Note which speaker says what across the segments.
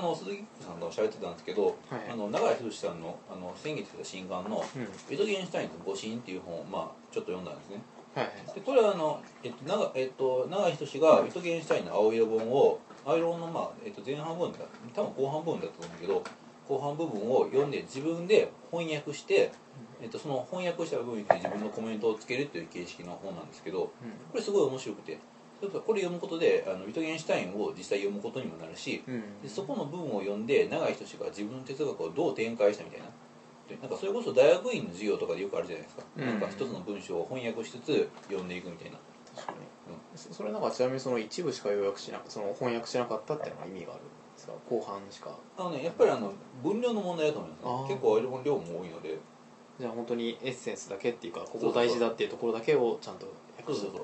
Speaker 1: の鈴木さんとも喋ってたんですけど、
Speaker 2: はい
Speaker 1: あの永井宏さんのあの先月出た新刊の
Speaker 2: うん
Speaker 1: 「ベトゲンシュタインと誤信」っていう本を、まあ、ちょっと読んだんですね
Speaker 2: はい
Speaker 1: でこれはあの、えっと長えっと、永井仁が「ウィトゲンシュタインの青色本」を青色本の、まあえっと、前半部分だ多分後半部分だったと思うんだけど後半部分を読んで自分で翻訳して、えっと、その翻訳した部分について自分のコメントをつけるという形式の本なんですけどこれすごい面白くてちょっとこれ読むことであのウィトゲンシュタインを実際読むことにもなるし
Speaker 2: うんうん
Speaker 1: でそこの部分を読んで永井仁が自分の哲学をどう展開したみたいなでなんかそれこそ大学院の授業とかでよくあるじゃないですか、
Speaker 2: うん
Speaker 1: なんか一つの文章を翻訳しつつ読んでいくみたいな
Speaker 2: 確かにそそれなんかちなみにその一部しか要約しなその翻訳しなかったっていうのは意味があるんですか後半しか
Speaker 1: あのねやっぱりあの分量の問題だと思い
Speaker 2: あ
Speaker 1: ま
Speaker 2: ー
Speaker 1: す、ね、結構アイロン量も多いので
Speaker 2: じゃあ本当にエッセンスだけっていうかこ
Speaker 1: そうそ
Speaker 2: こ
Speaker 1: うそう
Speaker 2: 大事だっていうところだけをちゃんと
Speaker 1: そうそうそう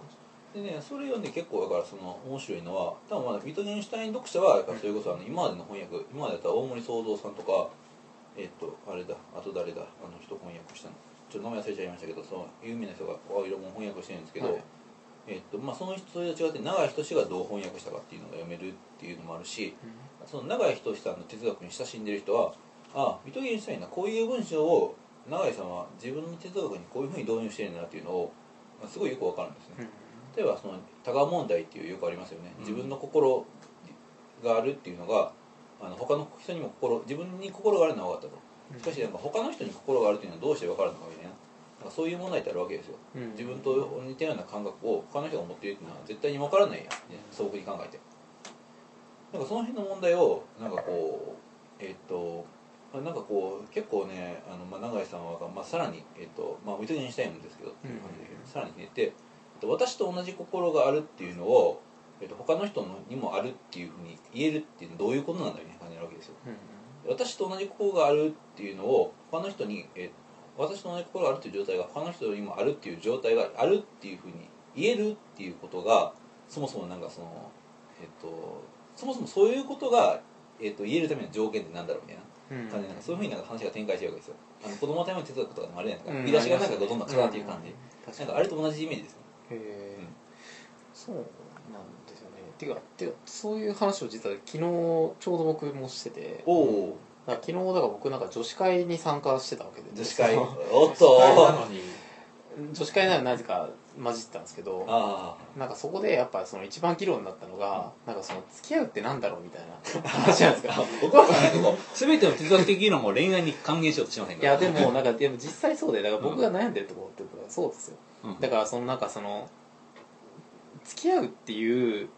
Speaker 1: でねそれをね結構だからその面白いのは多分まだビトゲンシュタイン読者はだからそれこそあの今までの翻訳今までだったら大森創造さんとかえっとあれだあと誰だあの人翻訳したのちょっと名前忘れちゃいましたけどその有名な人が青色も翻訳してるんですけど、
Speaker 2: はい
Speaker 1: えっとまあ、その人それと違って永井仁がどう翻訳したかっていうのが読めるっていうのもあるしその永井仁さんの哲学に親しんでる人はああビトゲンシュタインなこういう文章を永井さんは自分の哲学にこういうふうに導入してるんだなっていうのを、まあ、すごいよくわかるんですね。
Speaker 2: うんうん
Speaker 1: 例えばその多我問題っていうよくありますよね、
Speaker 3: うん
Speaker 1: 自分の心があるっていうのがあの他の人にも心自分に心があるのは分かったと
Speaker 2: うん
Speaker 1: しかしなんか他の人に心があるっていうのはどうして分かるのかみたいななんかそういう問題ってあるわけですよ
Speaker 2: うん
Speaker 1: 自分と似たような感覚を他の人が持っているっていうのは絶対に分からないやん、ね、素朴に考えてなんかその辺の問題をなんかこうえっとまあなんかこう結構ねあの、まあ、永井さんは、まあ、さらに、えっとまあ、ウィトゲンシュタインもですけどっていう感じで、さらにひねって、えっと私と同じ心があるっていうのを、えっと、他の人にもあるっていうふうに言えるっていうのはどういうことなんだみたいな感じになるわけですよ
Speaker 2: うん
Speaker 1: 私と同じ心があるっていうのを他の人に、えー私と同じ心があるっていう状態が他の人にもあるっていう状態があるっていうふうに言えるっていうことがそもそもなんかそのえっ、とそもそもそういうことが、えっと言えるための条件ってなんだろうみたいな
Speaker 2: うんうん
Speaker 1: 感じでなんかそういうふうになんか話が展開してるわけですよあの子供のための哲学とかでもあるじゃないですか、
Speaker 2: うん
Speaker 1: 見出しがなんかどんどん変わっていく感じ、
Speaker 2: 確か
Speaker 1: なん
Speaker 2: に
Speaker 1: かあれと同じイメージですね
Speaker 2: へえ、
Speaker 1: うん
Speaker 2: そうなんですよねてかてかそういう話を実は昨日ちょうど僕もしてて
Speaker 1: おお
Speaker 2: だから昨日だから僕なんか女子会に参加してたわけで
Speaker 1: 女子 会
Speaker 2: その
Speaker 1: おっ
Speaker 3: な
Speaker 1: と
Speaker 3: のに
Speaker 2: 女子会ならなぜか混じってたんですけど
Speaker 1: あ
Speaker 2: なんかそこでやっぱその一番議論になったのが、なんかその付き合うってなんだろうみたい な話なんです
Speaker 1: あ
Speaker 2: か
Speaker 1: お母 さんなんかこう全ての哲学的議論を恋愛に還元しようとしません
Speaker 2: い
Speaker 1: か
Speaker 2: やでもなんかでも実際そうでだから僕が悩んでるところってことはそうですよ
Speaker 1: うん
Speaker 2: だからそのなんかその付き合うっていう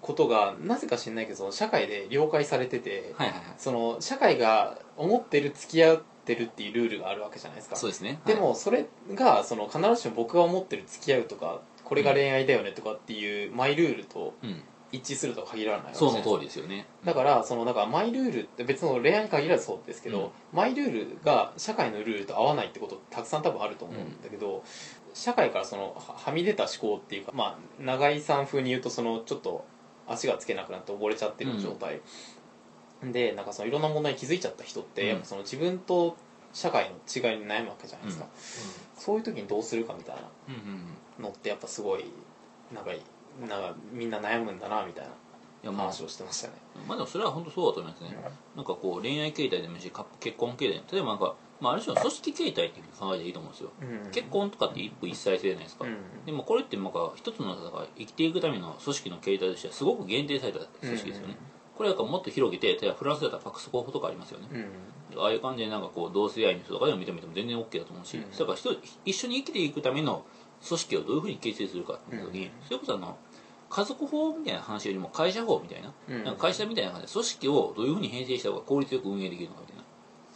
Speaker 2: ことがなぜか知んないけどその社会で了解されてて、
Speaker 1: はいはいはい
Speaker 2: その社会が思ってる付き合ってるっていうルールがあるわけじゃないですか
Speaker 1: そうですね
Speaker 2: でもそれがその必ずしも僕が思ってる付き合うとかこれが恋愛だよねとかっていうマイルールと
Speaker 1: はいうん、
Speaker 2: 一致するとは限らないわけじゃ
Speaker 1: そ
Speaker 2: な
Speaker 1: の
Speaker 2: いですか
Speaker 1: 通りですよね
Speaker 2: だからそのなんかマイルールって別の恋愛に限らずそうですけど、マイルールが社会のルールと合わないってことってたくさん多分あると思うんだけど、社会からそのははみ出た思考っていうか、まあ、永井さん風に言うとそのちょっと足がつけなくなって溺れちゃってる状態、でなんかそのいろんな問題に気づいちゃった人って、
Speaker 1: うん
Speaker 2: やっぱその自分と社会の違いに悩むわけじゃないですか、そういう時にどうするかみたいな
Speaker 1: うんうんうん
Speaker 2: のってやっぱすごいなんかなんかみんな悩むんだなみたい
Speaker 1: いや
Speaker 2: な
Speaker 1: まあ
Speaker 2: 話をしてましたね。
Speaker 1: まあでもそれは本当そうだと思いますね、なんかこう恋愛形態でもいいしカップ結婚形態でも例えばなんか、まあ、ある種の組織形態っていうふうに考えたらいいと思うんですよ、
Speaker 2: うん
Speaker 1: 結婚とかって一夫一妻制じゃないですか、
Speaker 2: うん
Speaker 1: でもこれってなんか一つのだから生きていくための組織の形態としてはすごく限定された組織ですよね、
Speaker 2: うんうん
Speaker 1: これなんかもっと広げて例えばフランスだったらパクス候補とかありますよね、
Speaker 2: うん
Speaker 1: ああいう感じでなんかこう同性愛の人とかでも認めても全然 OK だと思うし、
Speaker 2: うん
Speaker 1: だから一人一緒に生きていくための組織をどういうふうに形成するかっていう時に、
Speaker 2: うん
Speaker 1: それこそあの家族法みたいな話よりも会社法みたいな,、
Speaker 2: うん
Speaker 1: なんか会社みたいな感じで組織をどういうふうに編成した方が効率よく運営できるのかみたいな,、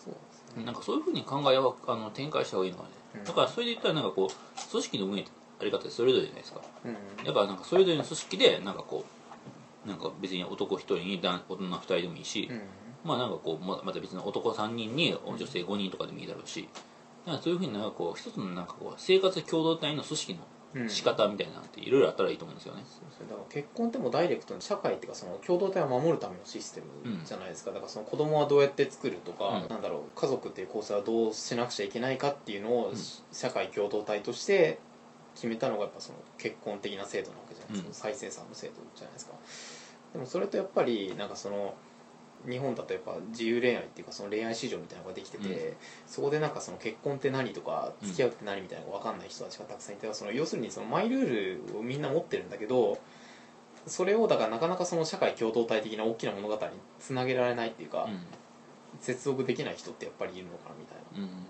Speaker 2: そうですね
Speaker 1: なんかそういうふうに考えはあの展開した方がいいのかね、
Speaker 2: うん
Speaker 1: だからそれで言ったらなんかこう組織の運営ってあり方ってそれぞれじゃないですか
Speaker 2: うん
Speaker 1: だからなんかそれぞれの組織でなんかこうなんか別に男一人に男女二人でもいいし、
Speaker 2: うん
Speaker 1: まあなんかこうままた別の男3人に女性5人とかでもいいだろうし、なんかそういうふうになんかこう一つのなんかこう生活共同体の組織
Speaker 2: うん
Speaker 1: の仕方みたいなのっていろいろあったらいいと思うんですよね。
Speaker 2: そうですねだから結婚ってもうダイレクトに社会っていうかその共同体を守るためのシステムじゃないですか、だからその子供はどうやって作るとか、
Speaker 1: うん
Speaker 2: なんだろう家族っていう構成はどうしなくちゃいけないかっていうのを、
Speaker 1: うん
Speaker 2: 社会共同体として決めたのがやっぱその結婚的な制度なわけじゃないですか、
Speaker 1: うん
Speaker 2: 再生産の制度じゃないですかでもそれとやっぱりなんかその日本だとやっぱ自由恋愛っていうかその恋愛市場みたいなのができてて、
Speaker 1: う
Speaker 2: そこでなんかその結婚って何とか
Speaker 1: うん
Speaker 2: 付き合うって何みたいなのが分かんない人たちがたくさんいてその要するにそのマイルールをみんな持ってるんだけどそれをだからなかなかその社会共同体的な大きな物語につなげられないっていうか、接続できない人ってやっぱりいるのかなみたいな。
Speaker 1: うん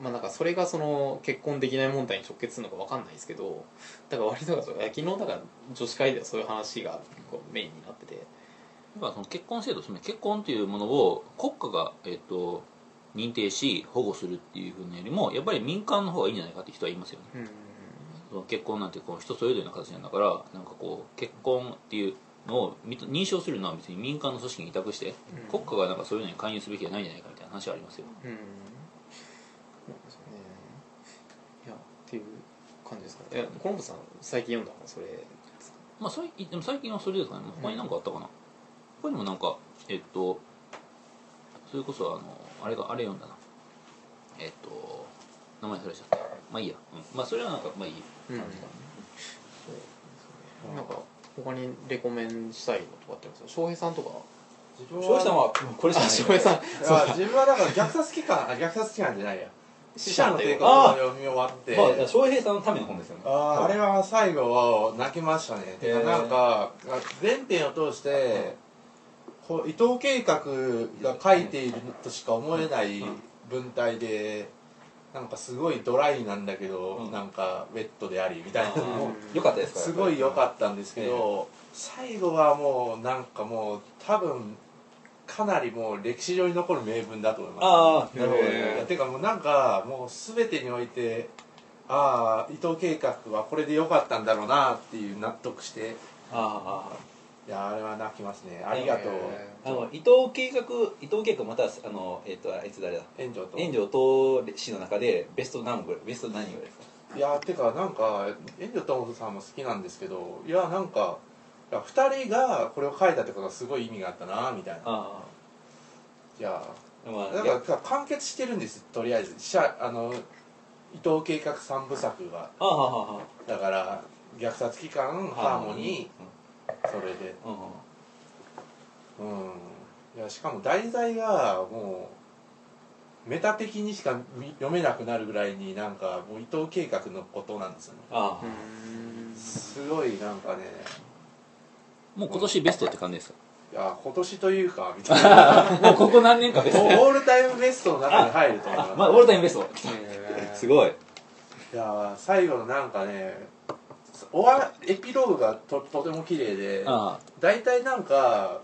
Speaker 2: まあ、なんかそれがその結婚できない問題に直結するのか分かんないですけどだから割とだから昨日だから女子会ではそういう話が結構メインになってて
Speaker 1: だからその結婚制度ですね結婚というものを国家が、えっと認定し保護するっていうふうなよりもやっぱり民間の方がいいんじゃないかって人は言いますよね
Speaker 2: うん
Speaker 1: その結婚なんてこう人それぞれの形なんだからなんかこう結婚っていうのを認認証するのは別に民間の組織に委託して、
Speaker 2: うん
Speaker 1: 国家がなんかそういうのに介入すべきじゃないんじゃないかみたいな話はありますよ
Speaker 2: うんそうなんですよねいやっていう感じですかねいやコロンボさん最近読んだのそれですか
Speaker 1: まあ、最近でも最近はそれですかねまあ他に何かあったかな、他にもなんかえっとそれこそあのあれがあれ読んだなえっと名前忘れちゃったまあいいや、うん、まあそれはなんかまあいい
Speaker 2: うん
Speaker 1: 感
Speaker 2: そうで
Speaker 1: じだ、
Speaker 2: すねなんか他にレコメンしたいのとかってありますか翔平さんとか
Speaker 3: 自分
Speaker 1: 翔平さん
Speaker 3: は
Speaker 1: はこれし
Speaker 2: あ
Speaker 1: かない
Speaker 2: 翔平さんそう
Speaker 3: あ
Speaker 2: か
Speaker 3: 自分はだから虐殺期間あ虐殺期間じゃないや死者の帝国を読み終わって
Speaker 1: まあだから翔平さんのための本ですよね
Speaker 3: あーあれは最後は泣きましたねて
Speaker 1: へ
Speaker 3: か
Speaker 1: ー
Speaker 3: なんか全編を通してこう伊藤計画が書いているとしか思えない文体でなんかすごいドライなんだけど、
Speaker 1: うん
Speaker 3: なんかウェットでありみたいな
Speaker 2: ー
Speaker 1: よかったですか
Speaker 3: すごい良か
Speaker 1: た
Speaker 3: ったんですけど、最後はもうなんかもう多分かなりもう歴史上に残る名文だと思います
Speaker 1: ああなるほど
Speaker 2: へ
Speaker 3: いや
Speaker 1: ね
Speaker 3: てかもうなんかもう全てにおいてああ伊藤計画はこれで良かったんだろうなっていう納得して
Speaker 1: ああ
Speaker 3: いやあれは泣きますねありがとう
Speaker 2: え
Speaker 1: あの伊藤計画伊藤計画またあのえっとあいつ誰だ
Speaker 3: 園長と
Speaker 1: 炎上東氏の中でベスト何ぐらいベスト何ぐらいですか
Speaker 3: いやてかなんか園長ともさんも好きなんですけどいやなんかいや2人がこれを書いたってことはすごい意味があったなみたいな
Speaker 1: あ
Speaker 3: いや
Speaker 1: あまあ
Speaker 3: だから完結してるんですとりあえずしゃあの伊藤計画三部作が
Speaker 1: ああはあは
Speaker 3: だから虐殺期間
Speaker 1: あ
Speaker 3: ハーモニーそれで
Speaker 1: うんうん
Speaker 3: うんいやしかも題材がもうメタ的にしかみ読めなくなるぐらいになんかもう伊藤計画のことなんですよね
Speaker 1: ああ
Speaker 2: うん
Speaker 3: すごいなんかね
Speaker 1: もう今年ベストって感じですか
Speaker 3: いや今年というかみたい な
Speaker 1: もうここ何年かベス
Speaker 3: も う
Speaker 1: ト
Speaker 3: オールタイムベストの中に入ると思います
Speaker 1: まあオールタイムベスト
Speaker 2: へー
Speaker 1: すごい
Speaker 3: いやー最後のなんかねおわエピローグがととても綺麗で
Speaker 1: あ
Speaker 3: 大体なんか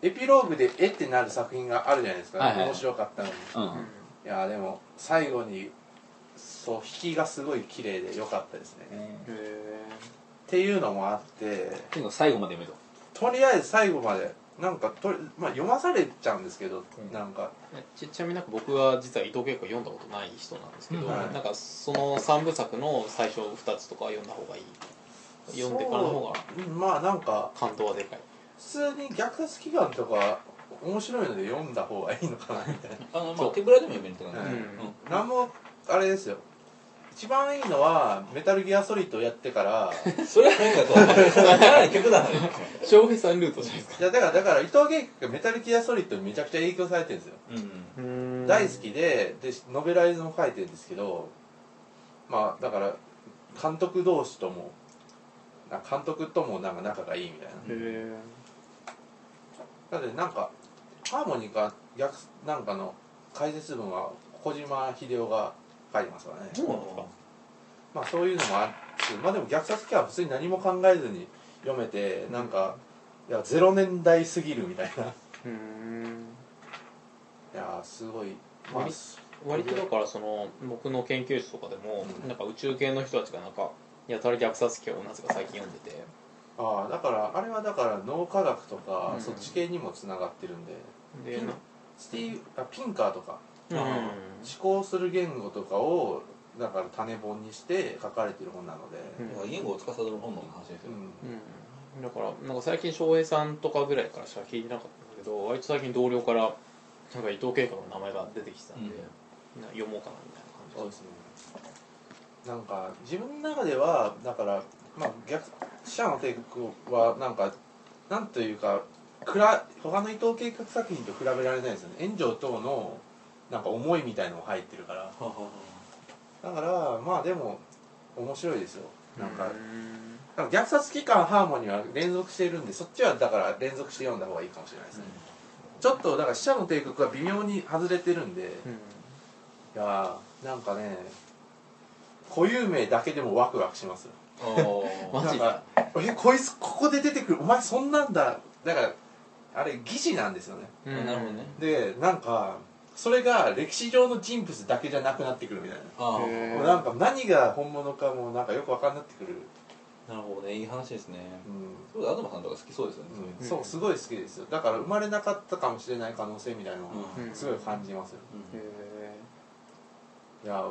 Speaker 3: エピローグでえってなる作品があるじゃないですか、
Speaker 1: はいはい
Speaker 3: 面白かったのに
Speaker 1: あう
Speaker 2: うん
Speaker 1: ん
Speaker 3: いやーでも最後にそう引きがすごい綺麗で良かったですね、っ
Speaker 2: へえ
Speaker 3: ていうのもあって
Speaker 1: とにかく最後まで読めと
Speaker 3: とりあえず最後までなんかとり、まあ、読まされちゃうんですけど、
Speaker 1: うん
Speaker 3: なんか
Speaker 2: ちちなみになんか僕は実は伊藤恵子読んだことない人なんですけど、
Speaker 1: うん
Speaker 3: はい
Speaker 2: なんかその3部作の最初2つとかは読んだ方がいい読んでからの方が
Speaker 3: そううんまあなんか
Speaker 2: 感動はでかい
Speaker 3: 普通に虐殺祈願とか面白いので読んだ方がいいのかなみたいな
Speaker 1: あのま
Speaker 2: そ
Speaker 1: あ
Speaker 2: う
Speaker 1: 手ぶらでも読めるって感じ
Speaker 3: うん
Speaker 1: うん
Speaker 3: なんもあれですよ一番いいのはメタルギアソリッドやってから
Speaker 1: それはなんかこう それは長い曲だ
Speaker 2: 翔平さんルートじゃないですか
Speaker 3: いやだからだから伊藤芸がメタルギアソリッドにめちゃくちゃ影響されてるんですよ、
Speaker 1: うん
Speaker 3: 大好きででノベライズも書いてるんですけどまあだから監督同士ともな監督ともなんか仲がいいみたい
Speaker 2: へえ
Speaker 3: ななのでなんかハーモニカ逆なんかの解説文は小島秀夫が書いてますからね
Speaker 2: そうなんですか
Speaker 3: まあそういうのもあってまあでも虐殺期は普通に何も考えずに読めてなんかいやゼロ年代すぎるみたいな いう
Speaker 2: ーん
Speaker 3: やーすごいまあす
Speaker 2: 割とだからその僕の研究室とかでも、
Speaker 3: うん
Speaker 2: なんか宇宙系の人たちがなんかやたら虐殺記をなぜか最近読んでて
Speaker 3: ああだからあれはだから脳科学とか、
Speaker 2: うん
Speaker 3: そっち系にもつながってるんで
Speaker 2: でな
Speaker 3: スティーブあピンカーとか
Speaker 2: うん
Speaker 3: 思考する言語とかをだから種本にして書かれてる本なので、
Speaker 2: うん
Speaker 1: なんか言語を司る本能の話ですよ
Speaker 3: うん
Speaker 2: うん、だからなんか最近翔平さんとかぐらいからしか聞いてなかったんだけど割と最近同僚からなんか伊藤慶華の名前が出てきてたんで、な読もうかなみたいな
Speaker 3: そう
Speaker 2: 感じ
Speaker 3: ですねなんか自分の中ではだからまあ逆死者の帝国はなんかなんというかくら他の伊藤計画作品と比べられないですよね炎上等のなんか思いみたいのも入ってるから
Speaker 1: ははは
Speaker 3: だからまあでも面白いですよなんか
Speaker 2: うーん
Speaker 3: だから虐殺期間ハーモニーは連続してるんでそっちはだから連続して読んだ方がいいかもしれないですね、ちょっとだから死者の帝国は微妙に外れてるんで、いやーなんかね固有名だけでもワクワクしますよ
Speaker 1: あ
Speaker 2: マジ
Speaker 3: なんかえこいつここで出てくるお前そんなんだだからあれ疑似なんですよね
Speaker 2: う
Speaker 1: あ
Speaker 2: ん
Speaker 1: なるほどね
Speaker 3: でなんかそれが歴史上の人物だけじゃなくなってくるみたいな、
Speaker 1: ああ
Speaker 2: へ
Speaker 3: もうなんか何が本物かもなんかよく分かんなってくる、
Speaker 1: なるほどねいい話ですね
Speaker 3: う
Speaker 1: そ
Speaker 3: ん
Speaker 1: うだ東さんとか好きそうですよね
Speaker 3: うん
Speaker 2: うん
Speaker 3: そうすごい好きですよだから生まれなかったかもしれない可能性みたいなのを
Speaker 1: うん
Speaker 2: うん
Speaker 3: すごい感じますよ、
Speaker 1: うん
Speaker 2: へえ
Speaker 3: いや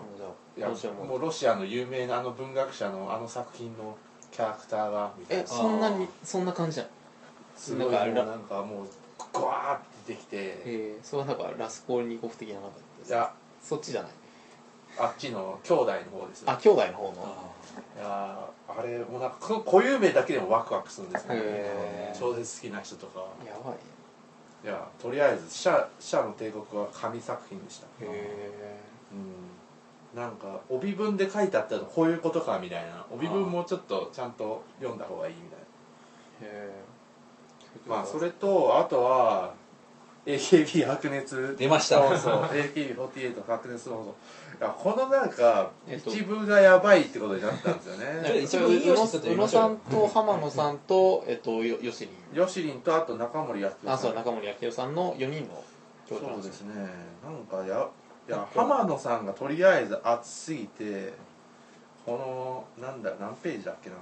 Speaker 3: いや
Speaker 2: ロシアも
Speaker 3: もうロシアの有名なあの文学者のあの作品のキャラクターがみたい
Speaker 2: え
Speaker 3: な
Speaker 2: そんなにそんな感じなの
Speaker 3: すごいもう
Speaker 2: なんか
Speaker 3: なんかもうグワーってできて
Speaker 2: へえそれはなんかラスコーニコフ的ななんか
Speaker 3: いや
Speaker 2: そっちじゃない
Speaker 3: あっちの兄弟の方ですよ
Speaker 2: あ兄弟の方の
Speaker 1: あ
Speaker 3: いやーあれもうなんかこの固有名だけでもワクワクするんですね
Speaker 2: へー
Speaker 3: 小説好きな人とか
Speaker 2: やばいね
Speaker 3: いやとりあえずシャ「シャアの帝国」は神作品でした
Speaker 2: へ
Speaker 3: うんなんか帯文で書いてあったらこういうことかみたいな帯文もちょっとちゃんと読んだ方がいいみたい
Speaker 2: え
Speaker 3: なまあそれとあとは AKB 白熱
Speaker 1: 出ました
Speaker 3: そうそう AKB48 白熱放送いやこのなんか
Speaker 2: えっと
Speaker 3: 一部がやばいってことになったんですよ
Speaker 1: それ
Speaker 3: ね
Speaker 1: 一番いいよ
Speaker 2: 宇野
Speaker 1: ちょっと言い
Speaker 2: 宇
Speaker 1: ま
Speaker 2: 野
Speaker 1: しょうよ
Speaker 2: さんと浜野さんと、えっと、よよしりん
Speaker 3: ヨシリンとあと中森明夫さん
Speaker 2: あそう中森明夫さんの4人の協調
Speaker 3: そ
Speaker 2: な
Speaker 3: うんで
Speaker 2: ですす
Speaker 3: ねなんかやいや
Speaker 2: なんか
Speaker 3: 浜野さんがとりあえず熱すぎてこのなんだ何ページだっけな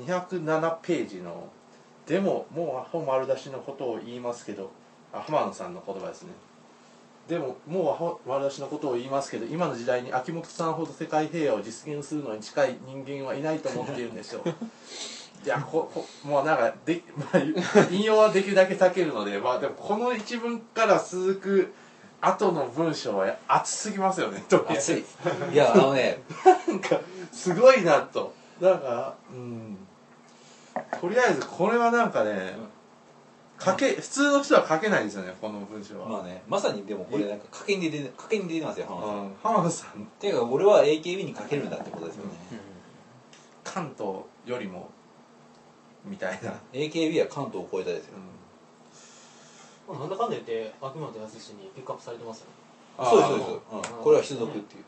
Speaker 3: 207ページの「でももうアホ丸出しのことを言いますけど」あ浜野さんの言葉ですねでももうアホ丸出しのことを言いますけど今の時代に秋元さんほど世界平和を実現するのに近い人間はいないと思っているん でしょういやここもうなんかで、 まあ、引用はできるだけ避けるのでまあでもこの一文から続く後の文章は熱すぎますよねとりあえ
Speaker 1: 熱
Speaker 3: ず
Speaker 1: いいやあのね
Speaker 3: なんかすごいなとなんかうんとりあえずこれはなんかね書け普通の人は書けないですよねこの文章は、
Speaker 1: まあねまさにでもこれなんか賭けに出て賭けに出てますよ浜田さん
Speaker 3: うん、浜田さん
Speaker 1: ていうか俺は AKB にかけるんだってことですよね、
Speaker 3: 関東よりもみたいな、
Speaker 1: AKB は関東を超えたですよ、
Speaker 3: う
Speaker 4: まあなんだかんだ言って秋元康にピックアップされてますよね
Speaker 3: ん
Speaker 1: そうですそうです、
Speaker 4: あー
Speaker 1: うんこれは種族っていう、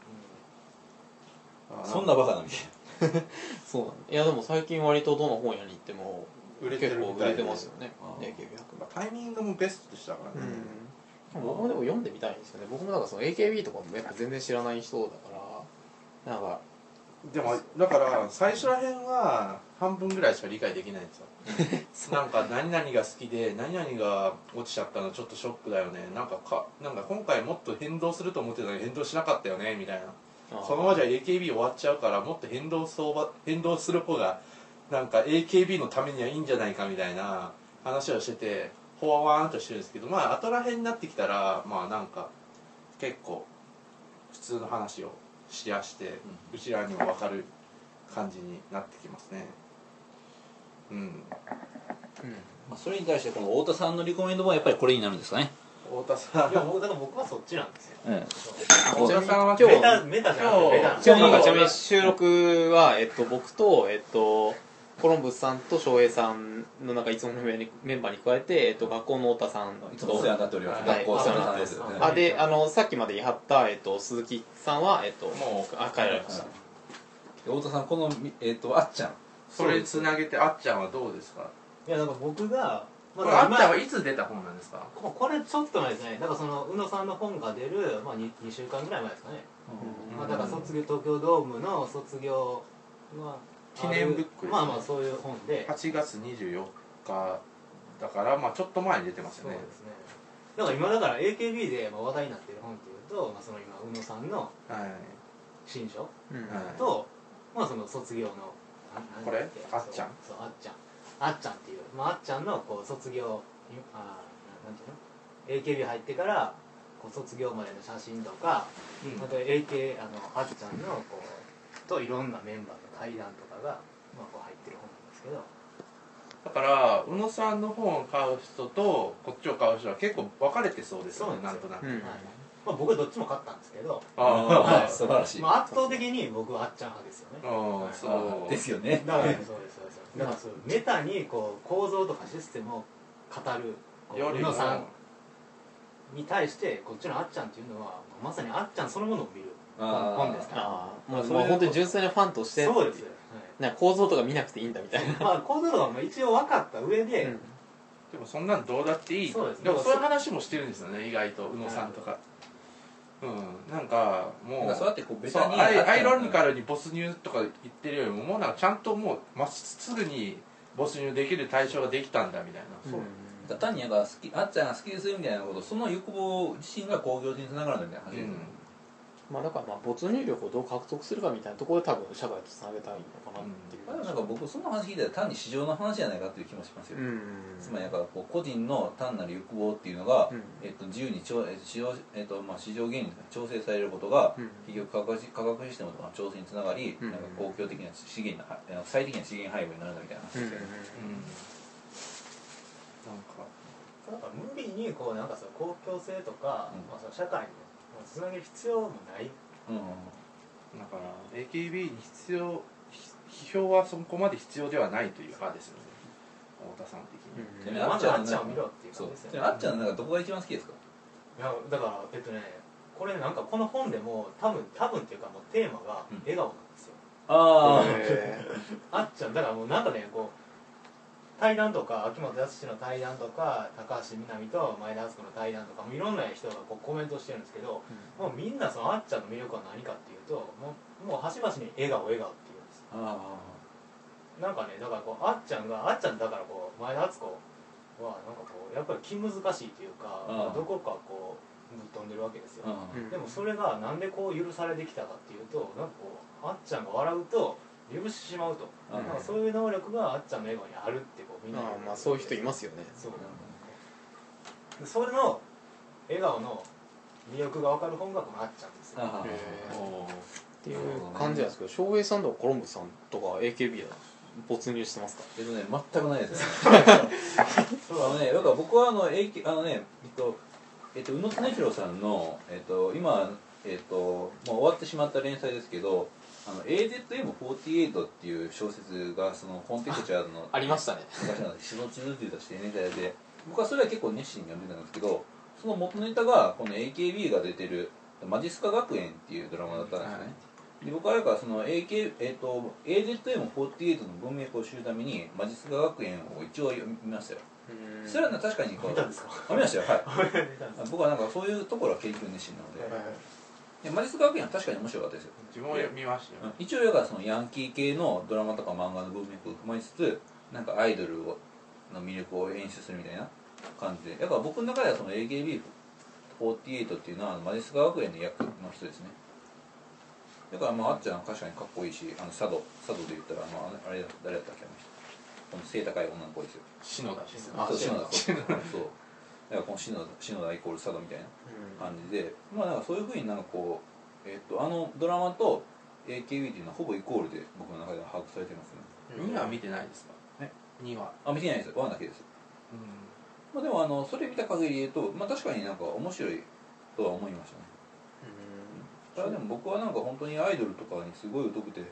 Speaker 3: あー
Speaker 1: そんなバカなみたい
Speaker 2: そうなんだいやでも最近割とどの本屋に行っても
Speaker 3: 売れて
Speaker 2: 結
Speaker 3: るみ
Speaker 2: 構
Speaker 3: たいで
Speaker 2: 売れてますよね
Speaker 1: あー
Speaker 2: AKB
Speaker 3: まあタイミングもベストでしたからね、
Speaker 2: うん僕もでも読んでみたいんですよね僕もなんかその AKB とかもやっぱ全然知らない人だからなんか
Speaker 3: でもだから最初らへんは半分ぐらいしか理解できないんですよ なんか何々が好きで何々が落ちちゃったのちょっとショックだよねなんかかなんか今回もっと変動すると思ってたのに変動しなかったよねみたいなそのままじゃ AKB 終わっちゃうからもっと変動相場変動する方がなんか AKB のためにはいいんじゃないかみたいな話をしててほわわーんとしてるんですけどまあ後らへんになってきたらまあなんか結構普通の話をしやして、うちらにも分かる感じになってきますねうん
Speaker 2: うん
Speaker 1: まあ、それに対してこの太田さんのリコメンドもやっぱりこれになるんですかね
Speaker 3: 太田さん
Speaker 4: いや僕だから僕はそっちなんですよ
Speaker 1: うん
Speaker 3: 太田さんは
Speaker 2: 今日
Speaker 4: メタメタじゃなくてベタなんです
Speaker 2: 今日なん
Speaker 4: よ
Speaker 2: かちなみに収録は、えっと、僕と、えっと、コロンブスさんと翔平さんのなんかいつものメンバーに加えて、えっと、学校の太田さん
Speaker 1: いつもお世話に
Speaker 2: と
Speaker 1: なっております、
Speaker 2: はい
Speaker 1: 学校お世話になってます、
Speaker 4: はい
Speaker 2: あであのさっきまで言い張った、えっと、鈴木さんは、えっと、
Speaker 3: もう
Speaker 2: あ帰られました、
Speaker 1: 太田さんこの、えっとあっちゃん
Speaker 3: それつなげてあっちゃんはどうですか
Speaker 4: いやなんか僕が
Speaker 3: こ
Speaker 4: ま
Speaker 3: れ
Speaker 4: だ
Speaker 3: あっ
Speaker 4: 今
Speaker 3: ちゃんはいつ出た本なんですか
Speaker 4: ここれちょっと前ですねだからその宇野さんの本が出る、まあ、2, 二週間ぐらい前ですかね、
Speaker 2: うん
Speaker 4: まあ、だから卒業東京ドームの卒業まあ
Speaker 3: 記念ブックですね
Speaker 4: まあまあそういう本で
Speaker 3: 8月24日だからまあちょっと前に出てます
Speaker 4: そう
Speaker 3: よ
Speaker 4: で
Speaker 3: ね
Speaker 4: すねだから今だから AKB でまあ話題になっている本っていうと、まあ、その今宇野さんの
Speaker 3: はい、
Speaker 4: 新書
Speaker 2: うん
Speaker 3: はい、
Speaker 4: と、まあその卒業のななん
Speaker 3: これ
Speaker 4: だっけ
Speaker 3: あっちゃん
Speaker 4: そうそうあっちゃんあっちゃんっていう、まあ、あっちゃんのこう卒業あーななんていうの AKB 入ってからこう卒業までの写真とか、
Speaker 3: うん
Speaker 4: あと AK あのあっちゃんのこうといろんなメンバーの対談とかが、まあ、こう入ってる本なんですけど
Speaker 3: だから宇野さんの本を買う人とこっちを買う人は結構分かれてそうですよね
Speaker 4: そう
Speaker 3: なん
Speaker 4: な
Speaker 3: ん
Speaker 4: で
Speaker 3: と
Speaker 4: すよ
Speaker 3: なく、
Speaker 2: うん
Speaker 4: はいまあ、僕はどっちも勝ったんですけど、
Speaker 1: あ
Speaker 3: あ
Speaker 1: あ素晴らしい、
Speaker 4: まあ、圧倒的に僕はあっちゃん派ですよね
Speaker 3: あああそ
Speaker 1: あ
Speaker 3: う
Speaker 1: ですよね
Speaker 4: だからそうですそうですだからそうメタにこう構造とかシステムを語るこ
Speaker 3: よ
Speaker 4: う宇
Speaker 3: りも
Speaker 4: 野さんに対してこっちのあっちゃんっていうのはまさにあっちゃんそのものを見る
Speaker 1: ああ
Speaker 4: 本ですから
Speaker 2: ああも
Speaker 1: まあ
Speaker 2: う
Speaker 1: そういう
Speaker 2: もう本当に純粋なファンとして
Speaker 4: そうですよ、
Speaker 2: なんか構造とか見なくていいんだみたいな
Speaker 4: はい、まあ構造とかも一応分かった上で、
Speaker 2: うん
Speaker 3: でもそんなんどうだっていい
Speaker 4: そうですね
Speaker 3: もそういう話もしてるんですよね意外と宇野さんとか、うんなんか
Speaker 1: なん
Speaker 3: も
Speaker 1: か
Speaker 3: う
Speaker 1: そうやってこうベ
Speaker 3: そう
Speaker 1: タに
Speaker 3: アイアイロニカルに没入とか言ってるよりももうなんかちゃんともうまっすぐに没入できる対象ができたんだみたいな、
Speaker 2: うん
Speaker 1: だから単になんか好きあっちゃんが好きですみたいなことその欲望自身が興行につながるんだみたいな話ですよね、
Speaker 2: まあだからまあ没入力をどう獲得するかみたいなところで多分社会とつなげたいのかなっていう
Speaker 1: まあでもなんか僕その話聞いたら単に市場の話じゃないかっていう気もしますよ、
Speaker 2: うん
Speaker 1: つまりなんかこう個人の単なる欲望っていうのが、
Speaker 2: うん
Speaker 1: えっと、自由に調えっと市場、えっとまあ、市場原理に調整されることが、
Speaker 2: うん
Speaker 1: 企業価格し価格システムとかの調整につながり、
Speaker 2: うん
Speaker 1: なんか公共的な資源のえー最適な資源配分になるんだみたいな話
Speaker 2: う
Speaker 1: で
Speaker 2: ん
Speaker 1: すよね、
Speaker 3: うんなんか
Speaker 4: だから無理にこうなんかその公共性とか、
Speaker 1: うん
Speaker 4: まあ、その社会につなげる必要もない
Speaker 1: うん
Speaker 3: だから AKB に必要ひ批評はそこまで必要ではないという派ですよね太田さん的に、
Speaker 1: うん
Speaker 2: うん
Speaker 1: あ
Speaker 4: ま
Speaker 1: っちゃ
Speaker 4: ず
Speaker 1: んは
Speaker 4: あっちゃんを見ろっていう
Speaker 1: そ
Speaker 4: 感
Speaker 1: う
Speaker 4: じですよ
Speaker 1: で
Speaker 4: ね
Speaker 1: もあっちゃんなんかどこが一番好きですか
Speaker 4: いやだからえっとねこれなんかこの本でも多分多分っていうかもうテーマが
Speaker 1: うん
Speaker 4: 笑顔なんですよ、
Speaker 1: あ
Speaker 2: へ
Speaker 4: あっちゃんだからもうなんかねこう対談とか秋元康の対談とか高橋みなみと前田敦子の対談とかもういろんな人がこうコメントしてるんですけどもうみんなそのあっちゃんの魅力は何かっていうともうもう端々に笑顔笑顔っていうんですよ
Speaker 1: あ
Speaker 4: なんかねだからこうあっちゃんがあっちゃんだからこう前田敦子はなんかこうやっぱり気難しいというか
Speaker 1: ああ
Speaker 4: どこかこうぶっ飛んでるわけですよ、
Speaker 1: あ
Speaker 2: うん
Speaker 4: でもそれがなんでこう許されてきたかっていうとなんかこうあっちゃんが笑うと許してしまうと
Speaker 1: あ
Speaker 2: うん
Speaker 4: なんか
Speaker 1: あ
Speaker 4: そういう能力があっちゃんの笑顔にあるってこうみんな
Speaker 2: まあまあそういう人いますよね
Speaker 4: そうでそれの笑顔の魅力が分かる本がこのあっちゃんですよ
Speaker 1: あ
Speaker 2: へ
Speaker 1: あ
Speaker 3: おー
Speaker 2: っていう感じなんですけど翔平さんとかコロンブさんとか AKB は没入してますか
Speaker 1: えっとね全くないですね
Speaker 4: そ
Speaker 1: あのね、だから僕はあの、えいきあのね、えっと、えっと、宇野恒弘さんの、えっと、今、えっと、まあ、終わってしまった連載ですけど、あの、AZM48 っていう小説が、その、コンテクチュアルの、
Speaker 2: ありましたね
Speaker 1: 昔の、シドチズっていうとしてネタで、僕はそれは結構熱心に読んでたんですけど、その元ネタが、この AKB が出てる、マジスカ学園っていうドラマだったんですね。
Speaker 3: はい
Speaker 1: で僕はだからその AK、えっと AZM48 の文脈を知るためにマジスカ学園を一応読みましたよ、それはね確かにこ
Speaker 4: 見
Speaker 1: う
Speaker 4: たんですか
Speaker 1: ありましたよ、はい、
Speaker 4: 見たんですか
Speaker 1: 僕はなんかそういうところは研究熱心なので、でマジスカ学園は確かに面白かったですよ、
Speaker 3: 自分を見ましたよ、
Speaker 1: 一応だからそのヤンキー系のドラマとか漫画の文脈を踏まえつつなんかアイドルをの魅力を演出するみたいな感じでだから僕の中ではその AKB48 っていうのはマジスカ学園の役の人ですねだからまああっちゃんは確かにかっこいいしあの佐渡佐渡で言ったら、まあ、あれ誰だったっけあの人この背高い女の子ですよ
Speaker 3: 篠田ですよ
Speaker 2: あ
Speaker 1: そう
Speaker 2: 篠
Speaker 1: 篠
Speaker 2: 田
Speaker 1: 田そうだからこの篠田篠田イコール佐渡みたいな感じでまあなんかそういうふうになんかこう、えっとあのドラマと AKB っていうのはほぼイコールで僕の中では把握されてますね
Speaker 3: 2は見てないですか
Speaker 1: え
Speaker 3: 2は
Speaker 1: あ見てないです1だけです、
Speaker 3: う
Speaker 1: まあ、でもあのそれ見た限り言うと、まあ、確かになんか面白いとは思いましたねただでも僕はなんか本当にアイドルとかにすごい疎くて
Speaker 3: ん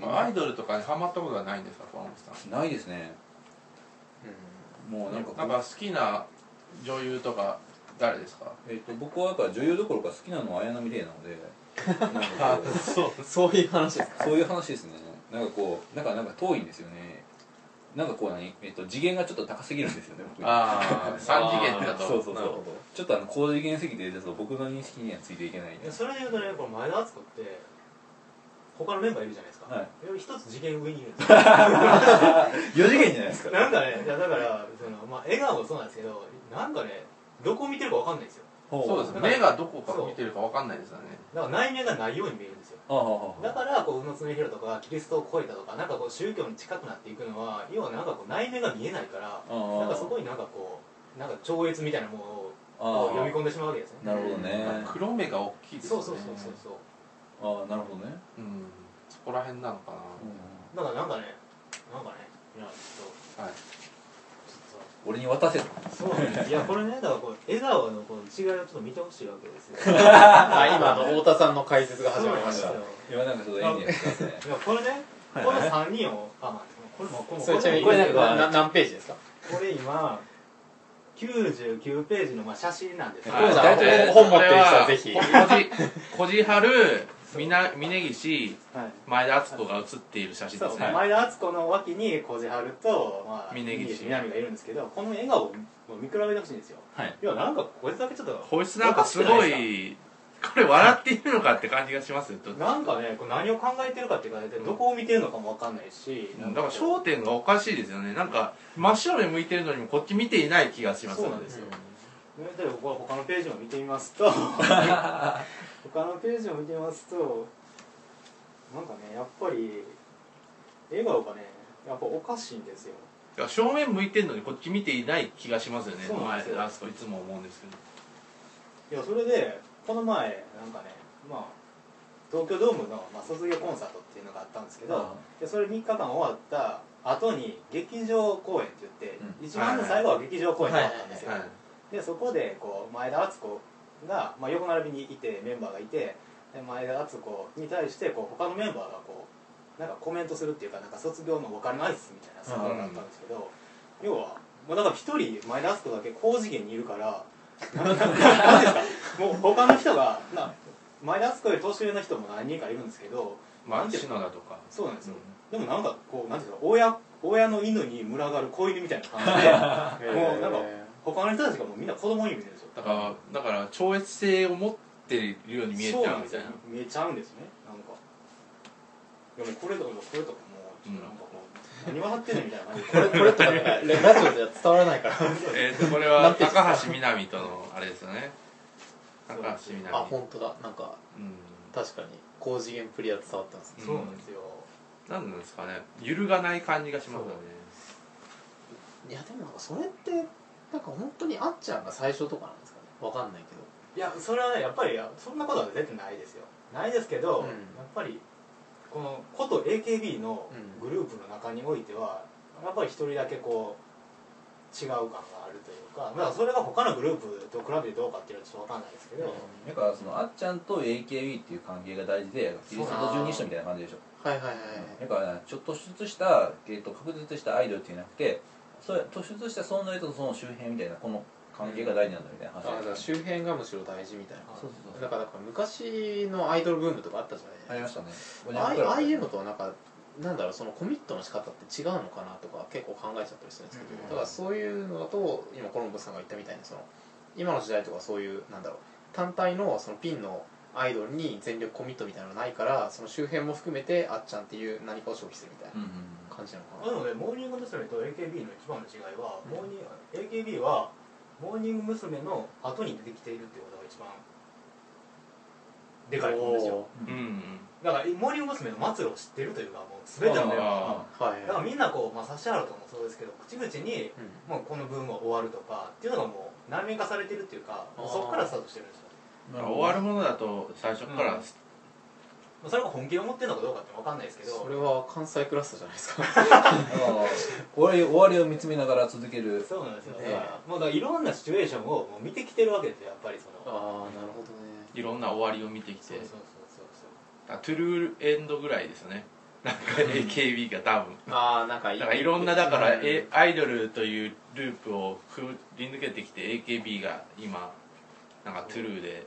Speaker 3: まあアイドルとかにハマったことはないんですか河本さん
Speaker 1: ないですねもうな
Speaker 3: なん
Speaker 1: ん
Speaker 3: か
Speaker 1: か
Speaker 3: 好きな女優とか誰ですか
Speaker 1: えっと僕はだから女優どころか好きなのは綾波レイな のでなんかこう
Speaker 2: そうそういう話ですか
Speaker 1: そういう話ですね。なんかこう、なんかなんか遠いんですよね。なんかこう何、えっと次元がちょっと高すぎるんですよね。僕に
Speaker 3: ああ3次元だと
Speaker 1: そうそう
Speaker 3: なるほ
Speaker 1: そう。ちょっとあの高次元すぎて、ちょっと僕の認識にはついていけないん
Speaker 4: で
Speaker 1: です。
Speaker 4: それで言うとねこの前田敦子って他のメンバーいるじゃないですか、
Speaker 1: はい
Speaker 4: でも一つ次元上にいるんですよ
Speaker 1: 四次元じゃないですか。
Speaker 4: なんかね、いやだから、そのまあ、笑顔もそうなんですけど、なんかね、どこを見てるかわかんないんですよ。
Speaker 1: ほ
Speaker 3: そうですね目がどこか見てるかわかんないですよね
Speaker 4: だから内面がないように見えるんですよ。
Speaker 1: ああああ
Speaker 4: だから、こう、宇野恒弘とか、キリストを超えたとか、なんかこう、宗教に近くなっていくのは、要はなんかこう、内面が見えないから、
Speaker 1: ああああ
Speaker 4: なんかそこになんかこう、なんか超越みたいなものを
Speaker 1: ああ
Speaker 4: こう読み込んでしまうわけですね。
Speaker 1: なるほどね。
Speaker 3: 黒目が大きいですよ
Speaker 4: そう
Speaker 3: ね
Speaker 4: そうそうそうそう。
Speaker 1: ああなるほどね。
Speaker 3: うんそこら辺なのかな
Speaker 1: う
Speaker 4: だからなんかね、なんかね、みんなちょっと
Speaker 3: はい
Speaker 4: ちょっと
Speaker 1: 俺に渡せと
Speaker 4: そうなんですいやこれねだからこう笑顔のこの違いをちょっと見てほしいわけですよ
Speaker 2: あ今の太田さんの解説が始まりまし
Speaker 4: そ
Speaker 2: た
Speaker 4: うなんですよ
Speaker 1: 今なんかちょっと演技やってますね
Speaker 4: いやこれねこの3人をあまあこれもこの
Speaker 2: それちなみに
Speaker 4: こ
Speaker 2: これ
Speaker 4: れ
Speaker 2: なんか
Speaker 4: こ
Speaker 2: な何ページですか
Speaker 4: れこれ今99ページのまあ写真なんですけど
Speaker 3: はい
Speaker 2: じゃ
Speaker 3: 大
Speaker 2: あ
Speaker 3: 体
Speaker 2: 本本持ってる人はぜひ
Speaker 3: こじこ じはるみな峯岸
Speaker 4: はい
Speaker 3: 前田敦子が写っている写真
Speaker 4: そ
Speaker 3: で
Speaker 4: う
Speaker 3: すね
Speaker 4: 前田敦子の脇に小路春と、まあ、
Speaker 3: 峯岸
Speaker 4: 南がいるんですけどこの笑顔を見比べてほしいんですよ
Speaker 1: はい
Speaker 4: いやなんかこいつだけちょっと
Speaker 3: こいつなんかすご
Speaker 4: おかしくない
Speaker 3: いこれ笑っているのかって感じがしますよちょっと
Speaker 4: なんかねこう何を考えてるかっていうかどこを見てるのかもわかんないし、
Speaker 3: うんだから焦点がおかしいですよねなんか真正面向いてるのにこっち見ていない気がします
Speaker 4: そうなんですよ、ね例えばここ他のページを見てみます と他のページを見てみますとなんかねやっぱり笑顔がねやっぱおかしいんですよ
Speaker 3: だから正面向いてるのにこっち見ていない気がしますよね
Speaker 4: そうなんですよ
Speaker 3: 前あそこいつも思うんですけど
Speaker 4: いやそれでこの前なんかねまあ東京ドームの、まあ、卒業コンサートっていうのがあったんですけど、でそれ3日間終わった後に劇場公演って言って、
Speaker 1: う
Speaker 4: 一番の最後は劇場公演だったんですよ、
Speaker 3: はい
Speaker 4: でそこでこう前田敦子が、まあ、横並びにいてメンバーがいてで前田敦子に対してこう他のメンバーがこうなんかコメントするっていうかなんか卒業のお別れの挨拶みたいなそういうのがあったんですけど、要はもうだから一人前田敦子だけ高次元にいるから何ですかもう他の人がな前田敦子より年上の人も何人かいるんですけど
Speaker 3: ま
Speaker 4: な
Speaker 3: あ
Speaker 4: んてい
Speaker 3: 篠
Speaker 4: う
Speaker 3: 田とか
Speaker 4: そうなんですよ、
Speaker 3: う
Speaker 4: でもなんかこうなんていうか親親の犬に群がる子犬みたいな感じでもうなんか他の人たちがもうみんな子供に見てるんですよ
Speaker 3: だからだから超越性を持っているように見えち
Speaker 4: そう
Speaker 3: ゃ
Speaker 4: な
Speaker 3: うんみ
Speaker 4: です
Speaker 3: た
Speaker 4: よ
Speaker 3: いな
Speaker 4: 見えちゃうんですねなんかいやもうこれとかもうこれとかもうちょっとなんかこう、何笑ってんのみたいな感じでこれ
Speaker 2: これとかなんかラジオじゃ伝わらないから
Speaker 3: えーとこれ
Speaker 2: な
Speaker 3: は
Speaker 2: んていうんですか
Speaker 3: 高橋みなみとのあれですよね
Speaker 4: そう
Speaker 3: 高橋みなみ
Speaker 2: あ本当だなんか
Speaker 3: うん
Speaker 2: 確かに高次元プリア伝わってますね
Speaker 4: そうなんですよ、
Speaker 3: なんなんですかね揺るがない感じがしますよね
Speaker 2: いやでもなんかそれってなんか本当にあっちゃんが最初とかなんですかねわかんないけど
Speaker 4: いやそれはねやっぱりいやそんなことは絶対ないですよないですけど、
Speaker 2: うん
Speaker 4: やっぱりこのこと AKB の
Speaker 2: うん
Speaker 4: グループの中においては、やっぱり一人だけこう違う感があるというかだからそれが他のグループと比べてどうかっていうのはちょっと分かんないですけど、
Speaker 1: だからそのあっちゃんと AKB っていう関係が大事でキリストと十二使徒みたいな感じでしょ
Speaker 2: はいはいはい
Speaker 1: だからねちょっとずつした、えー、と確実したアイドルっていうなくてそれ突出した存在とその周辺みたいなこの関係が大事なんだみたいな話
Speaker 2: あだから周辺がむしろ大事みたいな
Speaker 1: そうそうそう
Speaker 2: だからなんか昔のアイドルブームとかあったじゃ
Speaker 1: あ
Speaker 2: ない
Speaker 1: り
Speaker 2: で
Speaker 1: ますし
Speaker 2: か
Speaker 1: たね
Speaker 2: ああいああいうのとはなんかなんだろうそのコミットの仕方って違うのかなとか結構考えちゃったりするんですけど、
Speaker 4: うん
Speaker 2: だからそういうのだと今コロンボさんが言ったみたいにその今の時代とかそういうなんだろう単体のそのピンのアイドルに全力コミットみたいなのがないからその周辺も含めてあっちゃんっていう何かを消費するみたい
Speaker 1: うんうん
Speaker 2: な感じなの
Speaker 4: ま
Speaker 2: か
Speaker 4: あ
Speaker 2: な、
Speaker 4: でもね、モーニング娘。と AKB の一番の違いは、モーニング AKB はモーニング娘。の後に出てきているってことが一番でかいと思うんですよ
Speaker 1: う
Speaker 3: うんん
Speaker 1: うん
Speaker 4: だからモーニング娘。の末路を知ってるというかもう全てのメンバ
Speaker 3: あ
Speaker 4: ー
Speaker 2: おーはい
Speaker 4: がだから
Speaker 2: はい、
Speaker 4: みんなこう、まあ、指原とかもそうですけど口々に
Speaker 2: うん
Speaker 4: もうこの分は終わるとかっていうのがもう内面化されてるっていうかもうそこからスタートしてるんですよ
Speaker 3: だから終わるものだと最初から、
Speaker 4: うんまあそれが本気を持ってるのかどうかって分かんないですけど
Speaker 2: それは関西クラスターじゃないですか
Speaker 1: あー終わり終わりを見つめながら続ける
Speaker 4: そうなんですよ、
Speaker 2: ね
Speaker 4: だからもうだからいろんなシチュエーションをもう見てきてるわけですよやっぱりそ の
Speaker 2: ああなるほどね
Speaker 3: いろんな終わりを見てき
Speaker 4: そう
Speaker 3: て
Speaker 4: そうそうそうそう
Speaker 3: だからトゥルーエンドぐらいですよねなんか AKB が多分
Speaker 2: ああなんか
Speaker 3: だからいろんなだから、
Speaker 2: うん
Speaker 3: えアイドルというループをくぐり抜けてきて AKB が今なんかトゥルーで